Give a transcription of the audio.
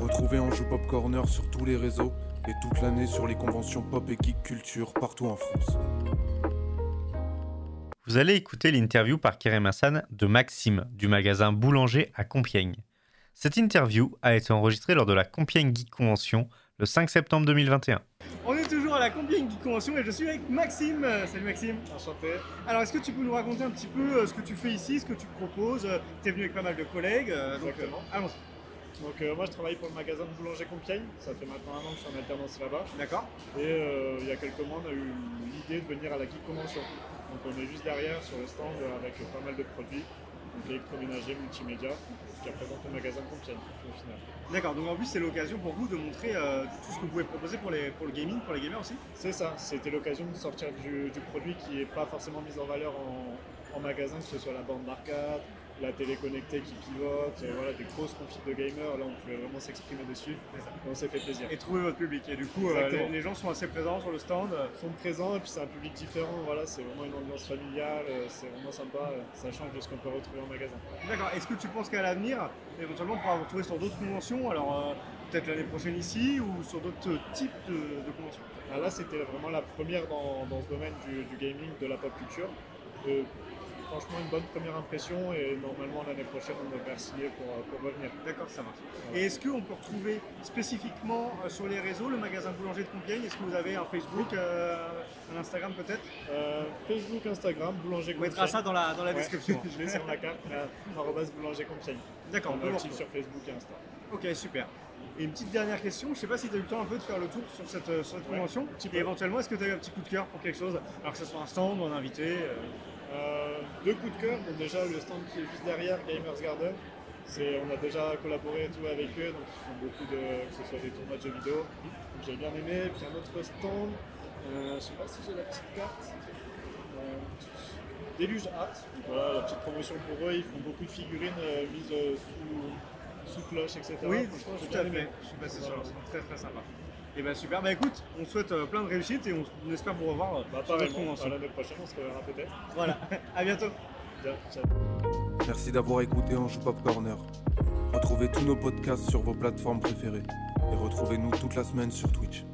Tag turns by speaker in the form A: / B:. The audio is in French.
A: Retrouvez Anjou Pop Corner sur tous les réseaux et toute l'année sur les conventions pop et geek culture partout en France.
B: Vous allez écouter l'interview par Kerem Hassan de Maxime du magasin Boulanger à Compiègne. Cette interview a été enregistrée lors de la Compiègne Geek Convention le 5 septembre 2021.
C: On est toujours à la Compiègne Geek Convention et je suis avec Maxime. Euh, Salut Maxime.
D: Enchanté.
C: Alors est-ce que tu peux nous raconter un petit peu euh, ce que tu fais ici, ce que tu proposes Euh, T'es venu avec pas mal de collègues. euh, donc, euh,
D: Exactement.
C: allons-y.
D: Donc euh, moi je travaille pour le magasin de boulanger Compiègne, ça fait maintenant un an que je suis en alternance là-bas
C: D'accord.
D: et euh, il y a quelques mois on a eu l'idée de venir à la Geek Convention. Donc on est juste derrière sur le stand euh, avec pas mal de produits, donc électroménager, multimédia, qui représente le magasin de Compiègne au final.
C: D'accord. Donc en plus c'est l'occasion pour vous de montrer euh, tout ce que vous pouvez proposer pour, les, pour le gaming, pour les gamers aussi.
D: C'est ça, c'était l'occasion de sortir du, du produit qui n'est pas forcément mis en valeur en, en magasin, que ce soit la bande d'arcade, la télé connectée qui pivote, euh, voilà, des grosses configs de gamers, là on pouvait vraiment s'exprimer dessus, et on s'est fait plaisir.
C: Et trouver votre public. Et du coup, euh, les,
D: Exactement.
C: les gens sont assez présents sur le stand. euh,
D: sont présents et puis c'est un public différent, voilà, c'est vraiment une ambiance familiale, euh, c'est vraiment sympa, euh, ça change de ce qu'on peut retrouver en magasin.
C: D'accord. Est-ce que tu penses qu'à l'avenir, éventuellement, on pourra vous retrouver sur d'autres conventions Alors euh, peut-être l'année prochaine ici ou sur d'autres types de- de conventions.
D: Ah, là c'était vraiment la première dans, dans ce domaine du, du gaming, de la pop culture. Euh, franchement une bonne première impression et normalement l'année prochaine on devrait signer pour, euh, pour revenir.
C: D'accord, ça marche. Et est-ce qu'on peut retrouver spécifiquement euh, sur les réseaux le magasin Boulanger de Compiègne Est-ce que vous avez un Facebook, euh, un Instagram peut-être
D: Euh, Facebook, Instagram, boulanger
C: On mettra ça dans la, dans la
D: Ouais,
C: description.
D: je l'ai sur la carte, là, arrobase boulanger Compiègne.
C: D'accord, on
D: On
C: peut
D: est
C: voir.
D: actif sur Facebook et Insta.
C: Ok, super. Et une petite dernière question, je ne sais pas si tu as eu le temps un peu de faire le tour sur cette, euh, sur cette
D: Ouais,
C: convention.
D: petit peu.
C: Et éventuellement, est-ce que tu as eu un petit coup de cœur pour quelque chose Alors que ce soit un stand ou un invité euh,
D: Euh, deux coups de cœur. Bon, déjà, le stand qui est juste derrière, Gamers Garden. C'est, on a déjà collaboré et tout avec eux, donc ils font beaucoup de, que ce soit des tournois de jeux vidéo. Donc, j'ai bien aimé. Et puis un autre stand, euh, je sais pas si j'ai la petite carte. Euh, Déluge Art. Donc, voilà, la petite promotion pour eux. Ils font beaucoup de figurines euh, mises euh, sous, sous cloche, etc.
C: Oui,
D: franchement, j'ai
C: tout à
D: bien aimé. Bah,
C: fait. Je suis passé sur
D: Voilà.
C: le stand, très très sympa. Et bien super, bah écoute, on te souhaite euh, plein de réussites et on, on espère vous revoir euh,
D: Bah,
C: sur d'autres
D: pareillement, à
C: conventions.
D: l'année prochaine, on se reverra peut-être.
C: Voilà, à bientôt.
D: Bien, ciao.
A: Merci d'avoir écouté Anjou Pop Corner. Retrouvez tous nos podcasts sur vos plateformes préférées et retrouvez-nous toute la semaine sur Twitch.